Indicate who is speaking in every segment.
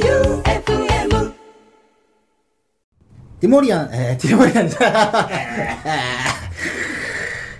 Speaker 1: J-O-E-U-F-M
Speaker 2: ティモリアン、えー、ティモリアンじゃ、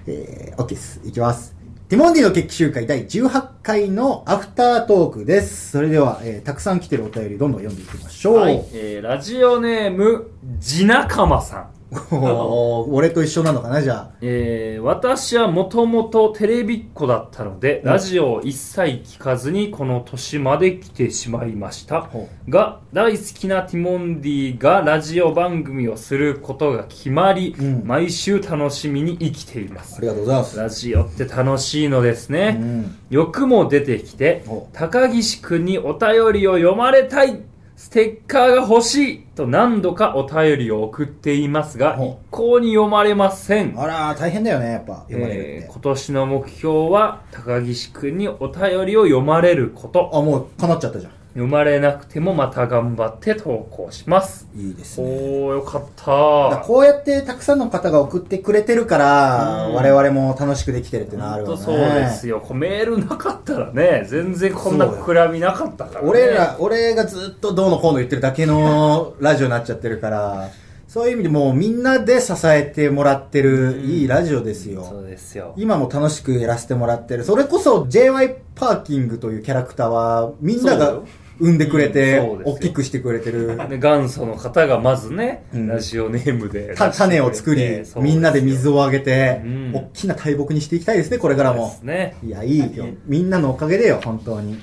Speaker 2: えー、OK です。いきます。ティモンディの決起集会第18回のアフタートークです。それでは、えー、たくさん来てるお便りどんどん読んでいきましょう。
Speaker 3: はい、えー、ラジオネーム、地仲間さん。
Speaker 2: おー俺と一緒なのかな、じゃあ。
Speaker 3: えー、私はもともとテレビっ子だったので、ラジオを一切聞かずにこの年まで来てしまいました
Speaker 2: ほ
Speaker 3: が大好きなティモンディがラジオ番組をすることが決まり、
Speaker 2: うん
Speaker 3: 毎週楽しみに生きていま
Speaker 2: あ
Speaker 3: す
Speaker 2: りがとうございます。
Speaker 3: ラジオって楽しいのです
Speaker 2: う
Speaker 3: ね、
Speaker 2: ん。
Speaker 3: 欲も出てきて
Speaker 2: ほ
Speaker 3: 高岸くんにお便りを読まれたいステッカーが欲しいと何度かお便りを送っていますが一
Speaker 2: ほ
Speaker 3: 向に読まれません
Speaker 2: あらー、大変だよね、やっぱ、読まれるって。
Speaker 3: えー今年の目標は高岸くんにお便りを読まれること
Speaker 2: あ、もう、叶っちゃったじゃん。
Speaker 3: 読まれなくてもまた頑張って投稿します
Speaker 2: いいです
Speaker 3: お
Speaker 2: ね。
Speaker 3: ーよかった
Speaker 2: だからこうやってたくさんの方が送ってくれてるから、
Speaker 3: うん
Speaker 2: 我々も楽しくできてるっていうのはあ
Speaker 3: 本
Speaker 2: る
Speaker 3: 当
Speaker 2: わね。
Speaker 3: そうですよ、こうメールなかったらね全然こんな膨らみなかったから、ね、
Speaker 2: 俺ら、俺がずっとどうのこうの言ってるだけ のラジオになっちゃってるから、そういう意味でもうみんなで支えてもらってるいいラジオです
Speaker 3: そ
Speaker 2: よ。
Speaker 3: うですよ
Speaker 2: 今も楽しくやらせてもらってる。それこそ JY パーキングというキャラクターはみんな
Speaker 3: そう
Speaker 2: が
Speaker 3: よ
Speaker 2: 産んでくれて、
Speaker 3: うんそうですよ
Speaker 2: 大きくしてくれて る。
Speaker 3: で元祖の方がまずね、
Speaker 2: うん
Speaker 3: ラジオネームで
Speaker 2: た種を作り、みんなで水
Speaker 3: を
Speaker 2: をあげて、
Speaker 3: うん
Speaker 2: 大きな大木にしていきたいですね、これからも。
Speaker 3: ね
Speaker 2: いや、いいよ。みんなのおかげでよ、本当に。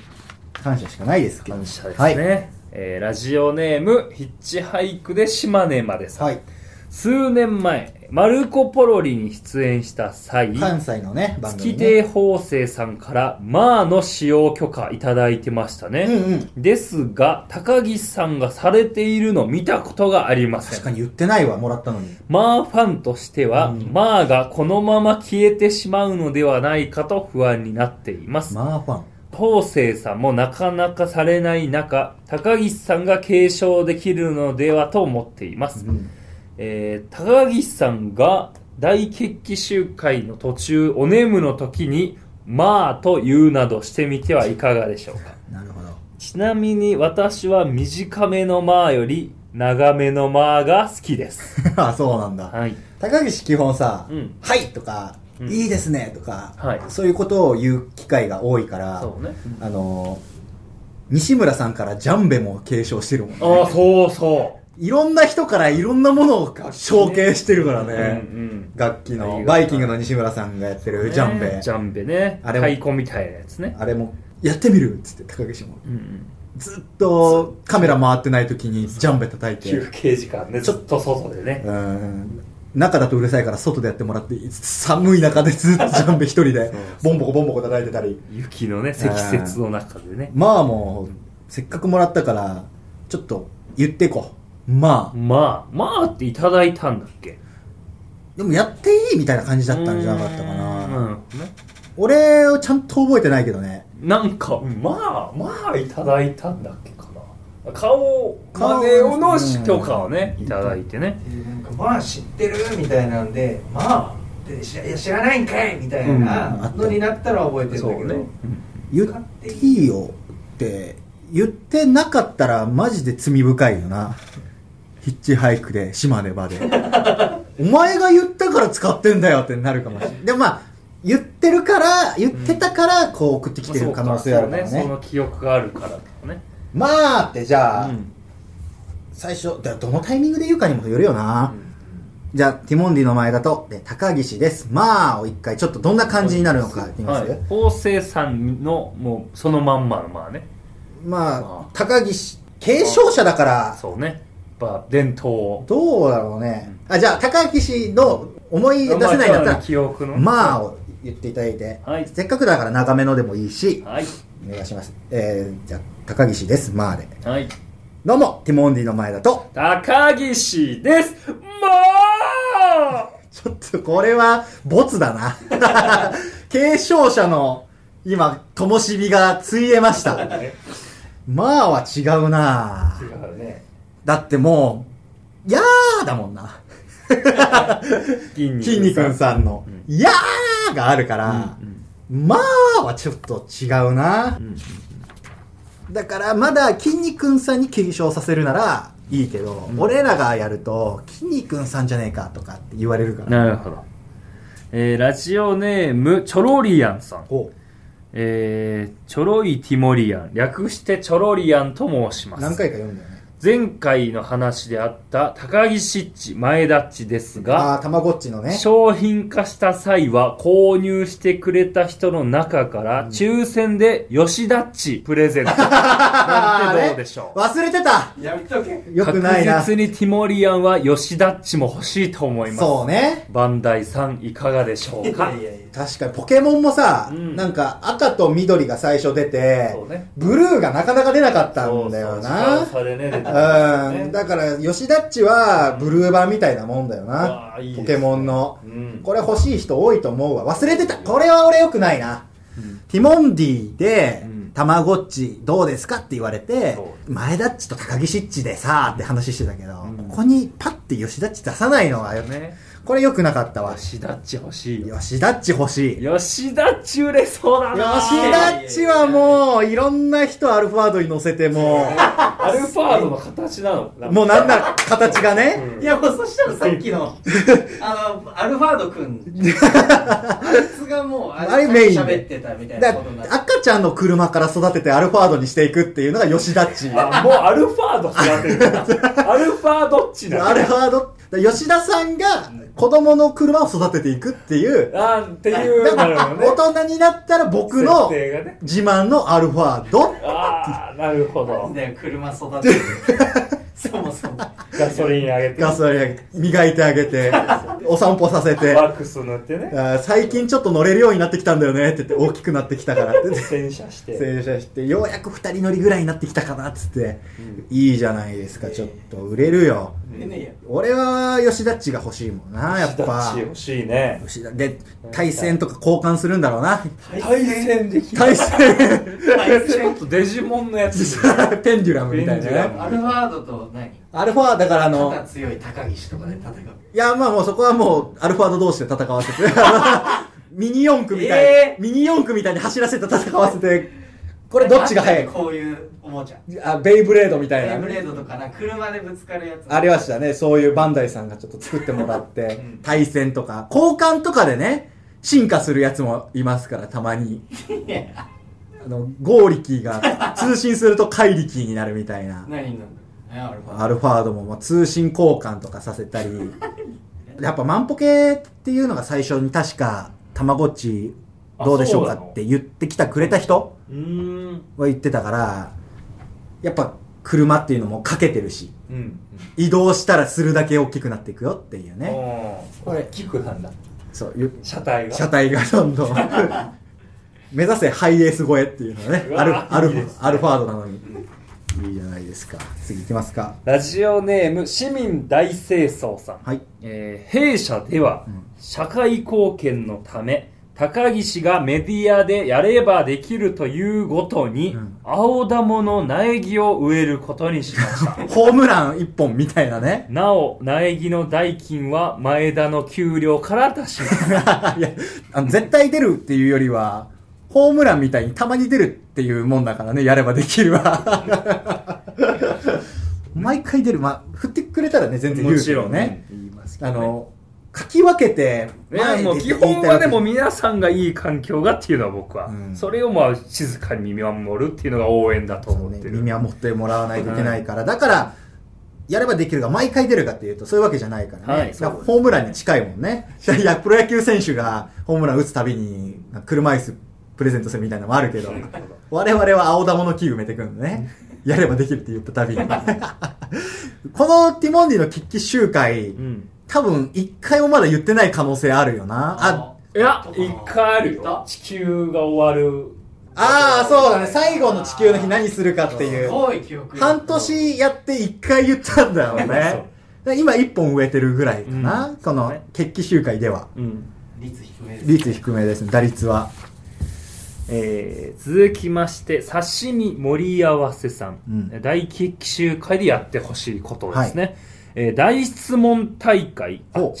Speaker 2: 感謝しかないですけど。
Speaker 3: 感謝ですね、
Speaker 2: はい。
Speaker 3: えーラジオネームヒッチハイクで島根までさん、
Speaker 2: はい。
Speaker 3: 数年前マルコ・ポロリに出演した際、
Speaker 2: 関西のね、番組、
Speaker 3: 月
Speaker 2: ね。
Speaker 3: 亭法生さんから「まあ」の使用許可いただいてましたね、
Speaker 2: うんうん。
Speaker 3: ですが高岸さんがされているの見たことがありません
Speaker 2: 確かに言ってないわ、もらったのに。
Speaker 3: マーファンとしては、
Speaker 2: うん
Speaker 3: マーがこのまま消えてしまうのではないかと不安になっています。
Speaker 2: マーファン。
Speaker 3: 法政さんもなかなかされない中、高岸さんが継承できるのではと思っています。
Speaker 2: うん
Speaker 3: えー高岸さんが大決起集会の途中、お眠の時に、まあと言うなどしてみてはいかがでしょうか。
Speaker 2: なるほど。
Speaker 3: ちなみに私は短めのまあより長めのまあが好きです。
Speaker 2: あ、そうなんだ。
Speaker 3: はい。
Speaker 2: 高岸基本さ、
Speaker 3: うん
Speaker 2: はいとか、
Speaker 3: うん
Speaker 2: いいですねとか、
Speaker 3: はい
Speaker 2: そういうことを言う機会が多いから、
Speaker 3: そうね。
Speaker 2: あのー、西村さんからジャンベも継承してるもん
Speaker 3: ああ、
Speaker 2: ね。
Speaker 3: そうそ
Speaker 2: いろんな人からいろんなものを承継してるから
Speaker 3: う。
Speaker 2: ね。
Speaker 3: うん
Speaker 2: 楽器
Speaker 3: あり
Speaker 2: の、
Speaker 3: が
Speaker 2: バ
Speaker 3: たい
Speaker 2: イキングの西村さんがやって
Speaker 3: う
Speaker 2: る
Speaker 3: ん。
Speaker 2: ジャンベ。
Speaker 3: ねジャンベね。
Speaker 2: あれも
Speaker 3: 太鼓みたいなやつね。
Speaker 2: あれも、やってみるっつって、高岸も。
Speaker 3: うんうん。
Speaker 2: ずっとカメラ回ってない時にジャンベ叩いて。
Speaker 3: 休憩時間ね。ちょっと外でね。
Speaker 2: うん中だとうるさいから外でやってもらって寒い中でずっとジャンベ一人でボンボコボンボコ叩いてたり
Speaker 3: 雪のね、積雪の中でね。
Speaker 2: まあもうせっかくもらったからちょっと言っていこうまあ
Speaker 3: まあ、まあっていただいたんだっけ
Speaker 2: でもやっていいみたいな感じだったんじゃなかったか
Speaker 3: う
Speaker 2: なん
Speaker 3: うん。ね
Speaker 2: 俺をちゃんと覚えてないけどね
Speaker 3: なんか、まあ、まあいただいたんだっけかな。顔、
Speaker 2: 顔
Speaker 3: 真似をの許可をね、いただいてね。
Speaker 4: なんかまあ知ってるみたいなんでまあで知らいや知らないんかいみたい
Speaker 2: うんあ
Speaker 4: な
Speaker 2: った
Speaker 4: のになったら覚えてる
Speaker 3: そ
Speaker 4: んだけ
Speaker 3: う
Speaker 4: ど、
Speaker 3: ね。
Speaker 2: 言っていいよって言ってなかったらマジで罪深いよなヒッチハイクで島根場でお前が言ったから使ってんだよってなるかもしれないでもまあ言ってるから言ってたからこう送ってきてる可能性あるから
Speaker 3: そうそ
Speaker 2: ね,、
Speaker 3: うその記憶があるからとかね。
Speaker 2: まあってじゃあ、
Speaker 3: うん
Speaker 2: 最初だからどのタイミングで言うかにもよるよな、じゃあティモンディの前だとで高岸ですまあを一回ちょっとどんな感じになるのか言います、
Speaker 3: はい、法政さんのもうそのまんまのまあね
Speaker 2: まあ
Speaker 3: まあ
Speaker 2: 高岸継承者だから
Speaker 3: そうねやっぱ伝統を
Speaker 2: どうだろうね。あ、じゃあ、高岸の思い出せないんだった
Speaker 3: まあ
Speaker 2: ら、
Speaker 3: 記憶の
Speaker 2: まあを言っていただいて、
Speaker 3: はい
Speaker 2: せっかくだから長めのでもいいし、
Speaker 3: はい
Speaker 2: お願いします。えー、じゃあ、高岸です。まあで。
Speaker 3: はい
Speaker 2: どうも、ティモンディの前だと、
Speaker 3: 高岸ですまあ
Speaker 2: ちょっとこれは、ボツだな。 継承者の、今、灯火がついえました。まあは違うな
Speaker 3: 違うね
Speaker 2: だってもう、やーだもんな。
Speaker 3: 筋肉
Speaker 2: 筋肉さんの、やーがあるから、
Speaker 3: うん
Speaker 2: まあはちょっと違うな、
Speaker 3: うん
Speaker 2: だからまだ筋肉んさんに継承させるならいいけど、俺らがやると筋肉んさんじゃねえかとかって言われるから
Speaker 3: なるほど。えーラジオネーム、チョロリアンさん。
Speaker 2: お
Speaker 3: えーチョロイティモリアン。略してチョロリアンと申します。
Speaker 2: 何回か読んだよね
Speaker 3: 前回の話であった高木湿地、前田っちです
Speaker 2: あ
Speaker 3: が、
Speaker 2: あーたまごっちのね
Speaker 3: 商品化した際は購入してくれた人の中から抽選で吉田っちプレゼ ントなんてどうでしょう
Speaker 2: 忘れてた
Speaker 4: やめとけ
Speaker 2: よくないな
Speaker 3: 確実にティモリアンは吉田っちも欲しいと思います
Speaker 2: そうね
Speaker 3: バンダイさんいかがでしょう
Speaker 4: い
Speaker 3: か
Speaker 4: やいやいや
Speaker 2: 確かにポケモンもさ、
Speaker 3: うん
Speaker 2: なんか赤と緑が最初出て、
Speaker 3: そうね
Speaker 2: ブルーがなかなか出なかったんだよな
Speaker 3: そうそう時間差でね出てきましたね
Speaker 2: うんだから吉田っちはブルー版みたいなもんだよ
Speaker 3: う
Speaker 2: な
Speaker 3: わいいです
Speaker 2: ポ
Speaker 3: ね
Speaker 2: ケモンの、
Speaker 3: うん
Speaker 2: これ欲しい人多いと思うわ忘れてたこれは俺よくないな、ティモンディで、
Speaker 3: うん
Speaker 2: たまごっちどうですかって言われて
Speaker 3: そ、
Speaker 2: 前田っちと高木しっちでさーって話してたけど、
Speaker 3: うん
Speaker 2: ここにパッて吉田っち出さないのは、
Speaker 3: ね
Speaker 2: これ良くなかったわ。
Speaker 3: 吉田っち欲しいよ
Speaker 2: 吉田っち欲しい。
Speaker 3: 吉田っち売れそうだ
Speaker 2: 吉
Speaker 3: な
Speaker 2: 田っちはもう、いろんな人アルファードに乗せても
Speaker 3: アルファードの形なの
Speaker 2: う、もうなんなら形がね、
Speaker 3: うん
Speaker 4: いやもうそしたらさっき のあのアルファード君あいつがもう
Speaker 2: あれメイン
Speaker 4: 喋ってたみたいな
Speaker 2: だ
Speaker 4: ことになって
Speaker 2: 赤ちゃんの車から育ててアルファードにしていくっていうのが吉田っち。
Speaker 3: あもうアルファード育てるアルファードっちなの
Speaker 2: アルファード、だ吉田さんが子供の車を育てていくっていう、
Speaker 3: あーっていう
Speaker 2: だか
Speaker 3: なるほ
Speaker 2: ら
Speaker 3: どね
Speaker 2: 大人になったら僕
Speaker 3: 設
Speaker 2: の
Speaker 3: 定がね
Speaker 2: 自慢のアルファード。
Speaker 3: ああなるほど
Speaker 4: だよ車育てるそもそも
Speaker 3: ガソリンあげて
Speaker 2: ガスを上げて磨いてあげ て、お散歩させて。
Speaker 3: ワックス塗ってね
Speaker 2: あー最近ちょっと乗れるようになってきたんだよねって言って大きくなってきたから って
Speaker 3: 洗車して
Speaker 2: 正社してようやく2人乗りぐらいになってきたかなっつって、いいじゃないですかちょっと売れるよ
Speaker 4: ねえや
Speaker 2: 俺は吉田っちが欲しいもんなやっ
Speaker 3: 吉田っ
Speaker 2: ぱ
Speaker 3: ち欲しいね
Speaker 2: 吉田で対戦とか交換するんだろうな
Speaker 3: 対戦できる
Speaker 2: 対戦
Speaker 3: ちょっとデジモンのやつ
Speaker 2: ペンデュラムみたい
Speaker 3: ペンデュ
Speaker 2: な
Speaker 3: ラ
Speaker 2: ね
Speaker 3: ム
Speaker 4: アルファードと何
Speaker 2: アルファだからあの
Speaker 4: 肩強い高岸とかで戦う
Speaker 2: いやまあもうそこはもうアルファード同士で戦わせて あのミニ四駆みたい、
Speaker 3: え
Speaker 2: ミニ四駆みたいに走らせて戦わせてこれどっちが速い
Speaker 4: こういうおもちゃ
Speaker 2: あベイブレードみたい
Speaker 4: ベイ
Speaker 2: な
Speaker 4: ブレードとかな車でぶつかるやつ
Speaker 2: ありましたね。そういうバンダイさんがちょっと作ってもらって、対戦とか、交換とかでね、進化するやつもいますから、たまに。
Speaker 4: いや
Speaker 2: あの、ゴーリキーが通信すると怪力になるみたいな。
Speaker 4: 何になるのねアルファード
Speaker 2: アルファードもまあ通信交換とかさせたり。やっぱマンポケっていうのが最初に確か、たまごっちどうでしょうか
Speaker 3: あそうなの
Speaker 2: って言ってきたくれた人
Speaker 3: うーん
Speaker 2: は言ってたから、やっぱ車っていうのもかけてるし、
Speaker 3: うん
Speaker 2: 移動したらするだけ大きくなっていくよっていうね。
Speaker 3: これ大きくなんだ
Speaker 2: そうゆ
Speaker 3: 車体が
Speaker 2: 車体がどんどん目指せハイエース越えっていうのはね
Speaker 3: うわ
Speaker 2: アルアル
Speaker 3: いいですね
Speaker 2: アルファードなのにいいじゃないですか次行きますか
Speaker 3: ラジオネーム市民大清掃さん、
Speaker 2: はい
Speaker 3: えー弊社では社会貢献のため高岸がメディアでやればできるというごとに、
Speaker 2: うん
Speaker 3: 青ダモの苗木を植えることにしました
Speaker 2: ホームラン1本みたいなね
Speaker 3: なお苗木の代金は前田の給料から出します
Speaker 2: いやあの絶対出るっていうよりはホームランみたいにたまに出るっていうもんだからねやればできるわ 毎回出るまあ振ってくれたらね全然言うけどね
Speaker 3: 言いますけど
Speaker 2: あ
Speaker 3: ね
Speaker 2: の書き分けて
Speaker 3: いやもう
Speaker 2: 前
Speaker 3: 基
Speaker 2: 出て言い
Speaker 3: 本
Speaker 2: たいわ
Speaker 3: は
Speaker 2: け
Speaker 3: でも皆さんがいい環境がっていうのは僕は、
Speaker 2: うん
Speaker 3: それをまあ静かに見守るっていうのが応援だと
Speaker 2: そう
Speaker 3: 思っ
Speaker 2: ね
Speaker 3: てる、
Speaker 2: 耳は持ってもらわないといけないから、だからやればできるが毎回出るかっていうとそういうわけじゃないからね、
Speaker 3: はい
Speaker 2: だから
Speaker 3: そう
Speaker 2: ホームランに近いもんね いやプロ野球選手がホームラン打つたびに車椅子プレゼントするみたいなのもあるけど我々は青玉の木埋めてくんの ねやればできるって言ったた びにこのティモンディの決起集会、
Speaker 3: うん
Speaker 2: 多分一回もまだ言ってない可能性あるよなあ
Speaker 3: いや
Speaker 4: と、か
Speaker 3: 一回あるよ。地球が終わる。
Speaker 2: あーそうだね最後の地球の日何するかっていう
Speaker 4: すごい記憶力
Speaker 2: 半年やって一回言ったんだよね。今一本植えてるぐらいかな、
Speaker 3: うん
Speaker 2: こ
Speaker 3: そう
Speaker 2: の
Speaker 3: ね
Speaker 2: 決起集会では。
Speaker 3: うん。
Speaker 4: 率低めです
Speaker 2: 率低めですね、打率は。
Speaker 3: えー、続きまして、刺身盛り合わせさん。
Speaker 2: うん
Speaker 3: 大決起集会でやってほしいことですね。えー大質問大会。あ、違
Speaker 2: お
Speaker 3: う。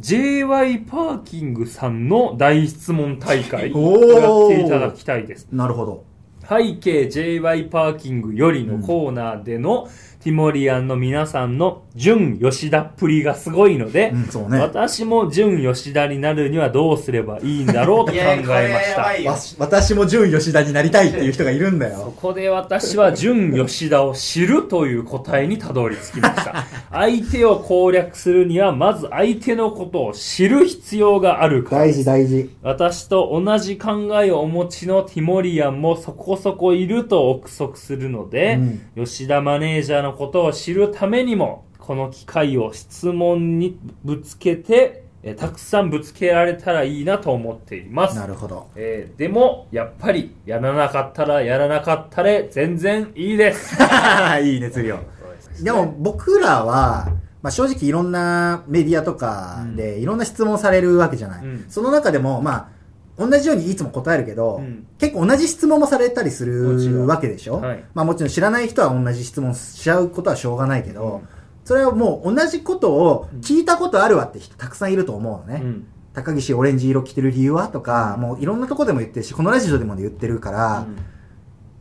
Speaker 3: JY パーキングさんの大質問大会
Speaker 2: おー
Speaker 3: をやっていただきたいです。
Speaker 2: なるほど。
Speaker 3: 背景 JY パーキングよりのコーナーでの、ティモリアンの皆さんの純吉田っぷりがすごいので、
Speaker 2: うんそうね
Speaker 3: 私も純吉田になるにはどうすればいいんだろうと考
Speaker 4: い
Speaker 3: え
Speaker 4: や
Speaker 3: ま
Speaker 4: これ
Speaker 3: し
Speaker 4: や
Speaker 3: た
Speaker 4: ば。いよ
Speaker 2: わし私も純吉田になりたいっていう人がいるんだ
Speaker 3: そ
Speaker 2: よ。
Speaker 3: こで私は純吉田を知るという答えにたどり着きま した。相手を攻略するには、まず相手のことを知る必要があるから。
Speaker 2: 事大事。
Speaker 3: 私と同じ考えをお持ちのティモリアンもそこそこいると憶測するので、吉田マネージャーのことを知るためにも、この機会を質問にぶつけて、えーたくさんぶつけられたらいいなと思っています。
Speaker 2: なるほど。
Speaker 3: えーでも、やっぱり、やらなかったらやらなかったで、全然いいです。
Speaker 2: いい熱量。でも僕らは、まあ、正直いろんなメディアとかでいろんな質問されるわけじゃない。
Speaker 3: うん
Speaker 2: その中でも、まあ、同じようにいつも答えるけど、
Speaker 3: うん
Speaker 2: 結構同じ質問もされたりす
Speaker 3: もちろ
Speaker 2: る
Speaker 3: ん
Speaker 2: わけでしょ、
Speaker 3: はい
Speaker 2: まあもちろん知らない人は同じ質問しちゃうことはしょうがないけど、それはもう同じことを聞いたことあるわって人たくさんいると思うのね。
Speaker 3: うん。
Speaker 2: 高岸オレンジ色着てる理由はとか、もういろんなとこでも言ってるし、このラジオでも言ってるから、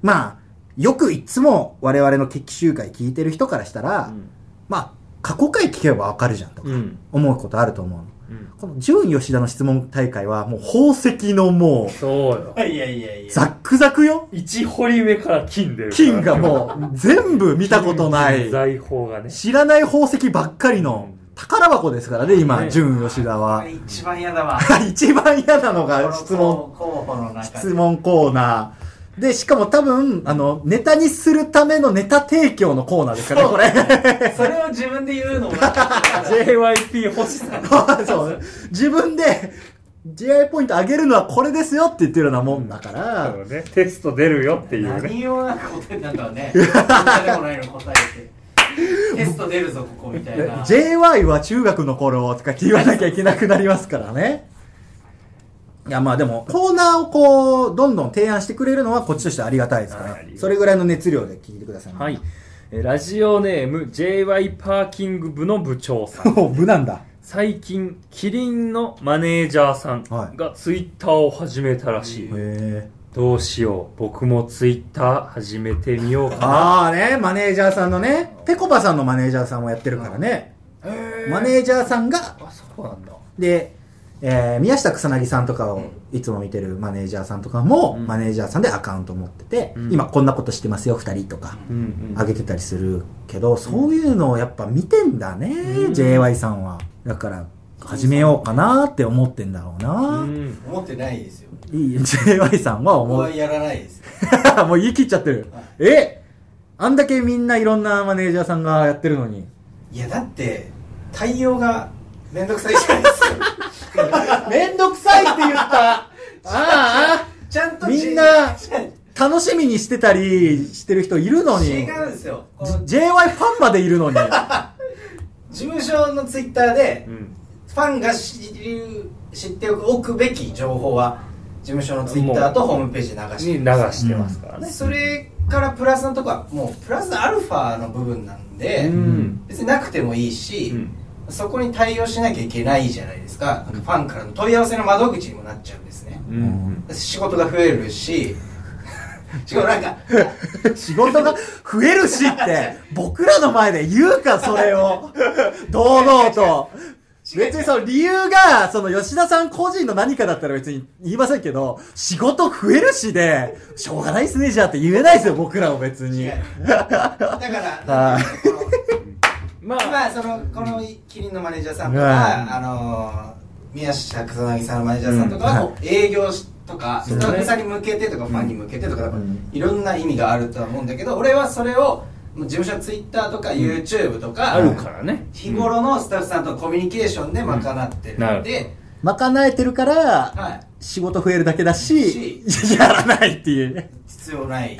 Speaker 2: まあ、よくいつも我々の決起集会聞いてる人からしたら、
Speaker 3: うん。
Speaker 2: まあ、過去回聞けばわかるじゃんとか、
Speaker 3: うん。
Speaker 2: 思うことあると思うの。
Speaker 3: うん。
Speaker 2: この純吉田の質問大会は、もう宝石のも、
Speaker 3: そうよ。
Speaker 4: いやいやいうや
Speaker 2: ザックザクよ
Speaker 3: 一掘り目から金で。
Speaker 2: 金がもう、全部見たことない。
Speaker 3: 財宝がね。
Speaker 2: 知らない宝石ばっかりの、宝箱ですからね、今、
Speaker 3: ね
Speaker 2: 純吉田は。
Speaker 4: 一番嫌だわ
Speaker 2: 一番嫌なのが質問。
Speaker 4: 候補の中
Speaker 2: 質
Speaker 4: で
Speaker 2: 問コーナー。で、しかも多分、あの、ネタにするためのネタ提供のコーナーですからね、これ。
Speaker 4: それを自分で言うのもなんか
Speaker 3: JYP 星さ ん。
Speaker 2: そう。自分で、GI ポイント上げるのはこれですよって言ってるようなもんだから、
Speaker 3: そうね。テスト出るよっていうね。
Speaker 4: 何をなんか答えなん かね答えでもないの答えてテスト出るぞここみたい
Speaker 2: で
Speaker 4: な
Speaker 2: JY は中学の頃とかって言わなきゃいけなくなりますからね。いや、まあでも、コーナーをこう、どんどん提案してくれるのはこっちとしてありがたいですか
Speaker 3: あ
Speaker 2: ら
Speaker 3: りがた、い
Speaker 2: それぐらいの熱量で聞いてくださいね。
Speaker 3: はい。えーラジオネーム JY パーキング部の部長さ ん。
Speaker 2: もう無難だ。
Speaker 3: 最近キリンのマネージャーさんがツイッターを始めたらしい、
Speaker 2: へ
Speaker 3: どうしよう僕もツイッター始めてみようかな
Speaker 2: ああね、マネージャーさんのね、ぺこぱさんのマネージャーさんもやってるからね。マネージャーさんが、
Speaker 3: あそうなんだ
Speaker 2: で、えー宮下草薙さんとかをいつも見てるマネージャーさんとかも、
Speaker 3: うん
Speaker 2: マネージャーさんでアカウント持ってて、
Speaker 3: うん
Speaker 2: 今こんなことしてますよ、二人とか、
Speaker 3: うんうん
Speaker 2: あげてたりするけど、そういうのをやっぱ見てんだね、
Speaker 3: うん
Speaker 2: JY さんは。だから、始めようかなって思ってんだろうな。
Speaker 3: うん
Speaker 4: 思ってないですよ
Speaker 2: いい JY さんは
Speaker 4: 僕
Speaker 2: 思う
Speaker 4: は。やらないです よ
Speaker 2: もう言い切っちゃってる
Speaker 4: は。
Speaker 2: えあんだけみんないろんなマネージャーさんがやってるのに。
Speaker 4: いやだって対応がめんどくさいじゃないですか
Speaker 2: めんどくさいって言った。 ああ、
Speaker 4: ちゃんと
Speaker 2: みんな
Speaker 4: 違う
Speaker 2: 楽しみにしてたりしてる人いるのに。
Speaker 4: 違うんですよこの
Speaker 2: J- JY ファンまでいるの に。
Speaker 4: 事務所のツイッターで
Speaker 3: うん
Speaker 4: ファンが知る知っておくべき情報は事務所のツイッターとホームページで流
Speaker 3: に
Speaker 4: して
Speaker 3: 流
Speaker 4: ます
Speaker 3: してますからね
Speaker 4: でそれからプラスのとこはもうプラスアルファの部分なんで、
Speaker 3: うん
Speaker 4: 別になくてもいいし、
Speaker 3: うん
Speaker 4: そこに対応しなきゃいけないじゃないですかなんかファンからの問い合わせの窓口にもなっちゃうんですね
Speaker 3: うんうん
Speaker 4: 仕事が増え るししかもなんか
Speaker 2: 仕事が増えるしって、僕らの前で言うか、それを。堂々と。別にその理由が、その吉田さん個人の何かだったら別に言いませんけど、仕事増えるしで、しょうがないっすね、じゃあって言えないですよ、僕らも別に。
Speaker 4: だから
Speaker 2: はい
Speaker 4: この
Speaker 3: まあ
Speaker 4: まあそのこのキリンのマネージャーさんと
Speaker 2: うん
Speaker 4: か、あのー宮下草薙さんのマネージャーさんとかは
Speaker 2: うん
Speaker 4: こう営業しとか
Speaker 3: うね
Speaker 4: スタッフさんに向けてとかファンに向けてとか
Speaker 2: ん
Speaker 4: いろんな意味があるとは思うんだけど俺はそれをもう事務所ツイッターとか YouTube とか、
Speaker 3: あるからね
Speaker 4: 日頃のスタッフさんとのコミュニケーションで賄ってる
Speaker 3: なる
Speaker 4: んで、
Speaker 2: 賄えてるから、
Speaker 4: はい、
Speaker 2: 仕事増えるだけだし、やらないっていう。
Speaker 4: 必要ない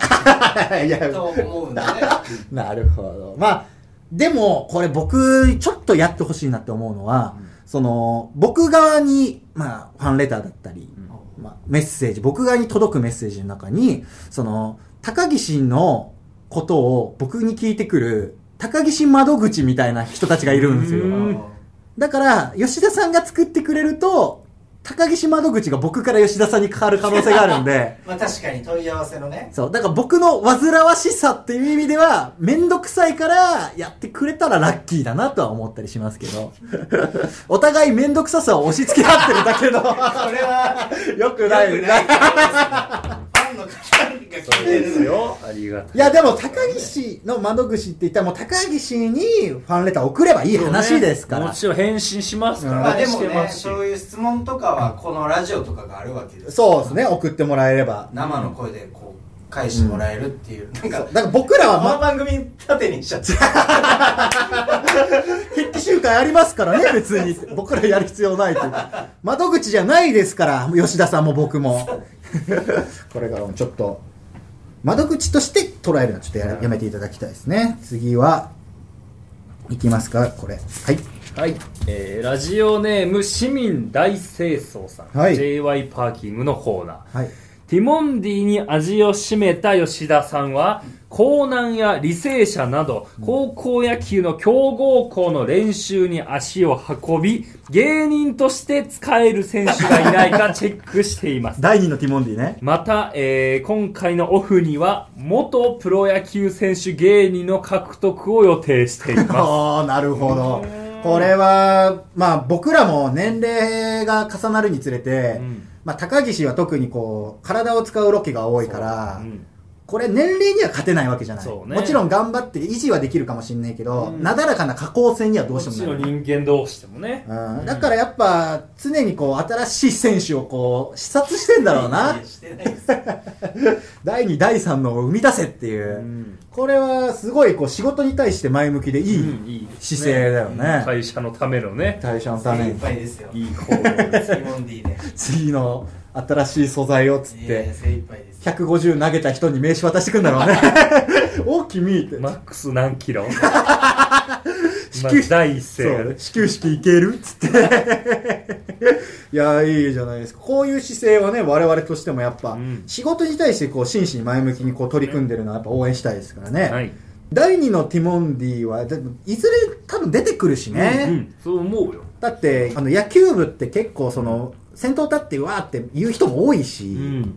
Speaker 2: いや
Speaker 4: と思うんで
Speaker 2: なるほど。まあ、でも、これ僕、ちょっとやってほしいなって思うのは、その、僕側に、まあ、ファンレターだったり、まあ、メッセージ、僕側に届くメッセージの中に、その、高岸のことを僕に聞いてくる、高岸窓口みたいな人たちがいるんですよ。
Speaker 3: うん
Speaker 4: あの
Speaker 2: だから、吉田さんが作ってくれると、高岸窓口が僕から吉田さんに変わる可能性があるん で、
Speaker 4: まあ確かに問い合わせのね。
Speaker 2: そう、だから僕の煩わしさっていう意味では、めんどくさいからやってくれたらラッキーだなとは思ったりしますけ ど、お互いめんどくささを押し付け合ってるだけ
Speaker 4: こ
Speaker 2: の、
Speaker 4: れは、
Speaker 2: よく
Speaker 4: 良く
Speaker 2: な。
Speaker 4: ないい。
Speaker 2: い
Speaker 4: ファンの方が聞いてるのよ。
Speaker 3: よ。ありがたい。
Speaker 2: や、でも、高岸の窓口って言ったら、もう高岸にファンレター送ればいい話ですから。
Speaker 3: もちろん返信しますから、
Speaker 2: うん
Speaker 4: まあでも
Speaker 3: して
Speaker 4: ね、
Speaker 3: ますし
Speaker 4: そういう質問とかは、このラジオとかがあるわけです。
Speaker 2: そうですね、送ってもらえれば。
Speaker 4: 生の声でこう、返してもらえるっていう。なんか
Speaker 2: そう、だから僕らは、
Speaker 4: この
Speaker 2: ま、
Speaker 4: 番組縦にしちゃって。
Speaker 2: 決起集会ありますから ね、別に。僕らやる必要ないというか。窓口じゃないですから、吉田さんも僕も。 これからもちょっと、窓口として捉えるのはちょっとやらやめていただきたいですね。次は、いきますか、これ。はい。
Speaker 3: はい、えーラジオネーム市民大清掃さん、
Speaker 2: はい
Speaker 3: JY パーキングのコーナー
Speaker 2: はい。
Speaker 3: ティモンディに味を占めた吉田さんは江南や履正社など高校野球の強豪校の練習に足を運び芸人として使える選手がいない かチェックしています
Speaker 2: 第2のティモンディね。
Speaker 3: また、えー今回のオフには元プロ野球選手芸人の獲得を予定していま
Speaker 2: ああ、なるほど。これは、まあ僕らも年齢が重なるにつれ て、
Speaker 3: うん
Speaker 2: まあ高岸は特にこう、体を使うロケが多いから、
Speaker 3: す、うん
Speaker 2: これ年齢には勝てないわけじゃない。
Speaker 3: そうね
Speaker 2: もちろん頑張って維持はできるかもしれないけど、
Speaker 3: うん
Speaker 2: なだらかな下降線にはどうしても
Speaker 3: も
Speaker 2: な
Speaker 3: ち
Speaker 2: る。
Speaker 3: ろん人間同士でもね、
Speaker 2: うん、だからやっぱ常にこう新しい選手をこう視察してんだろう
Speaker 4: いや
Speaker 2: ない
Speaker 4: や。してないです
Speaker 2: 第2、第3のを生み出せっていうう。
Speaker 3: ん
Speaker 2: これはすごいこう仕事に対して前向きでいい、
Speaker 3: うんいいですね
Speaker 2: 姿勢だよね
Speaker 3: うん会社のためのね
Speaker 2: 対象のため
Speaker 4: い
Speaker 2: に
Speaker 4: っぱいですよ。
Speaker 3: いい行動です
Speaker 4: ティモンディね。
Speaker 2: 次の新しい素材をつっ
Speaker 4: いやい
Speaker 2: て、
Speaker 4: や精一杯です。
Speaker 2: 150投げた人に名刺渡してくんだ ろうね。大きみって。
Speaker 3: マックス何 キロま
Speaker 2: 始
Speaker 3: あ
Speaker 2: 球
Speaker 3: 第一
Speaker 2: そ
Speaker 3: 声が
Speaker 2: う
Speaker 3: ね
Speaker 2: ね、始球式いけるっつって。 いや、いいじゃないですか。こういう姿勢はね、我々としてもやっぱ、
Speaker 3: うん
Speaker 2: 仕事に対してこう、真摯に前向きにこう、取り組んでるのはやっぱ応援したいですからね。
Speaker 3: はい
Speaker 2: 第2のティモンディは、でもいずれ多分出てくるしね。
Speaker 3: うん、そう思うよ、
Speaker 2: だって、あの、野球部って結構その、先頭立ってうわーって言う人も多いし、
Speaker 3: うん、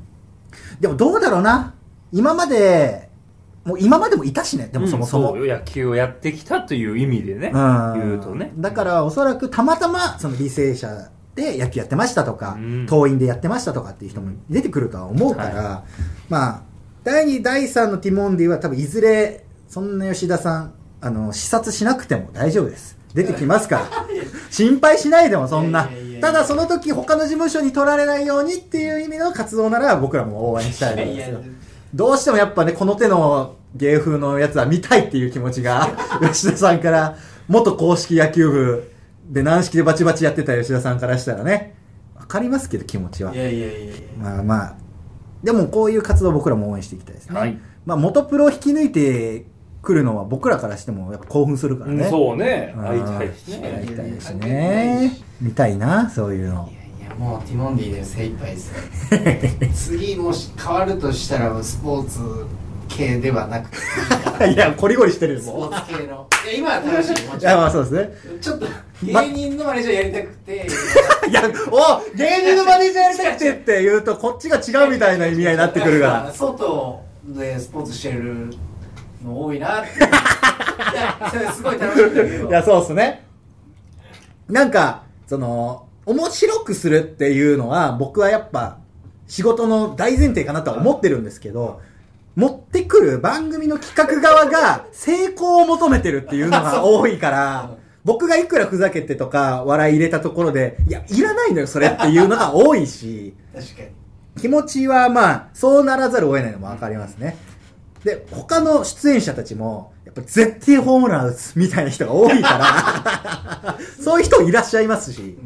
Speaker 2: でもどうだろうな。今まで、もう今までもいたしね、でもそもそも。
Speaker 3: うんうよ野球をやってきたという意味でね言うとね
Speaker 2: だからおそらくたまたまその履正社で野球やってましたとか、
Speaker 3: うん
Speaker 2: 党員でやってましたとかっていう人も出てくるとは思うから、まあ第2第3のティモンディは多分いずれそんな吉田さんあの視察しなくても大丈夫です出てきますから心配しないでもそんない
Speaker 4: やいやいやいや
Speaker 2: ただその時他の事務所に取られないようにっていう意味の活動なら僕らも応援したいですよ
Speaker 4: いやいや。
Speaker 2: どうしてもやっぱね、この手の芸風のやつは見たいっていう気持ちが、 吉田さんから、元公式野球部で軟式でバチバチやってた吉田さんからしたらね、わかりますけど気持ちはい
Speaker 4: やいやいやいや。
Speaker 2: まあまあ、でもこういう活動を僕らも応援していきたいですね。
Speaker 3: はい、
Speaker 2: まあ元プロを引き抜いてくるのは僕らからしてもやっぱ興奮するからね。う。
Speaker 3: そうね
Speaker 2: うん
Speaker 3: 会いたいしね
Speaker 2: 見たいです
Speaker 4: いやいやいや
Speaker 2: ね。見たいな、そういうの
Speaker 4: い。やいやもうティモンディで精一杯です よ次もし変わるとしたらスポーツ系では なくて
Speaker 2: いや、コリコリしてるよ
Speaker 4: ス
Speaker 2: も
Speaker 4: ポ
Speaker 2: う。
Speaker 4: ーツ系のいや今は楽しいも
Speaker 2: い
Speaker 4: ち
Speaker 2: や、
Speaker 4: ろ
Speaker 2: まあそうですね。
Speaker 4: んちょっと
Speaker 2: ま
Speaker 4: 芸人のマネージャーやりたくて
Speaker 2: いや、お芸人のマネージャーやりたくてって言うと、こっちが違うみたいな意味合いになってくるから。
Speaker 4: 外でスポーツしてるの多いなっていういやそれすごい楽しいんだけど
Speaker 2: いや、そうっすね。なんか、その、面白くするっていうのは、僕はやっぱ、仕事の大前提かなとは思ってるんですけど、持ってくる番組の企画側が成功を求めてるっていうのが多いから、僕がいくらふざけてとか笑い入れたところで、いや、いらないのよ、それっていうのが多いし。
Speaker 4: 確かに
Speaker 2: 気持ちはまあ、そうならざるを得ないのもわかりますね。で、他の出演者たちも、やっぱ絶対ホームラン打つみたいな人が多いから、そういう人いらっしゃいますし、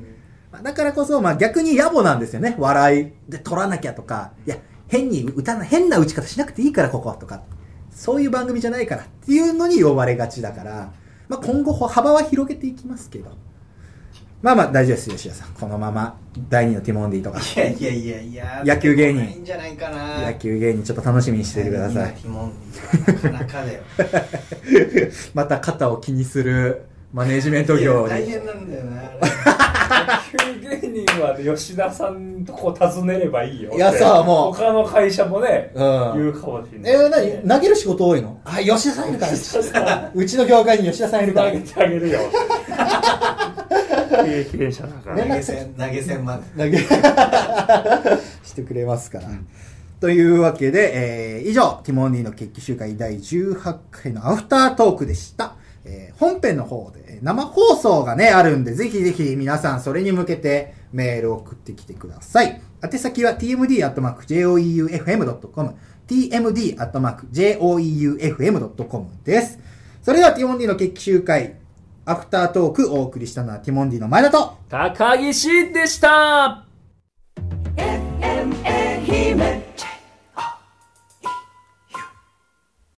Speaker 2: まあだからこそ、まあ逆に野暮なんですよね。笑いで取らなきゃとか、いや、変に歌な、変な打ち方しなくていいから、ここはとか、そういう番組じゃないからっていうのに呼ばれがちだから、まあ今後幅は広げていきますけど、まあまあ大丈夫です、吉田さん。このまま、第二のティモンディとか。
Speaker 4: いやいやいやいや
Speaker 2: 野球芸人
Speaker 4: いいんじゃない かな
Speaker 2: 野球芸人ちょっと楽しみにしててください
Speaker 4: ティモンディはなかなかだよ
Speaker 2: また肩を気にするマネージメント業
Speaker 4: いや大
Speaker 2: に
Speaker 4: 変なんだよな
Speaker 3: 芸人は吉田さんとこ訪ねればいいよ。
Speaker 2: いやさもう
Speaker 3: 他の会社もね、
Speaker 2: うん
Speaker 3: 言うかもしれない。
Speaker 2: えー、なに投げる仕事多いのあ、吉田さんいるから。
Speaker 3: 吉田さん
Speaker 2: うちの業界に吉田さんいるから
Speaker 3: 投。げてあげるよ。 経験者だか
Speaker 2: ね
Speaker 3: ら。
Speaker 4: 投げ銭投げ銭まで
Speaker 2: 投げ してくれますから。というわけで、えー以上、ティモンディの決起集会第18回のアフタートークでした。えー本編の方でえー生放送がね、あるんで、ぜひぜひ皆さんそれに向けてメールを送ってきてください。宛先は tmd.joeufm.com、tmd.joeufm.com です。それではティモンディの決起集会、アフタートークお送りしたのはティモンディの前田と、
Speaker 3: 高岸でした
Speaker 1: え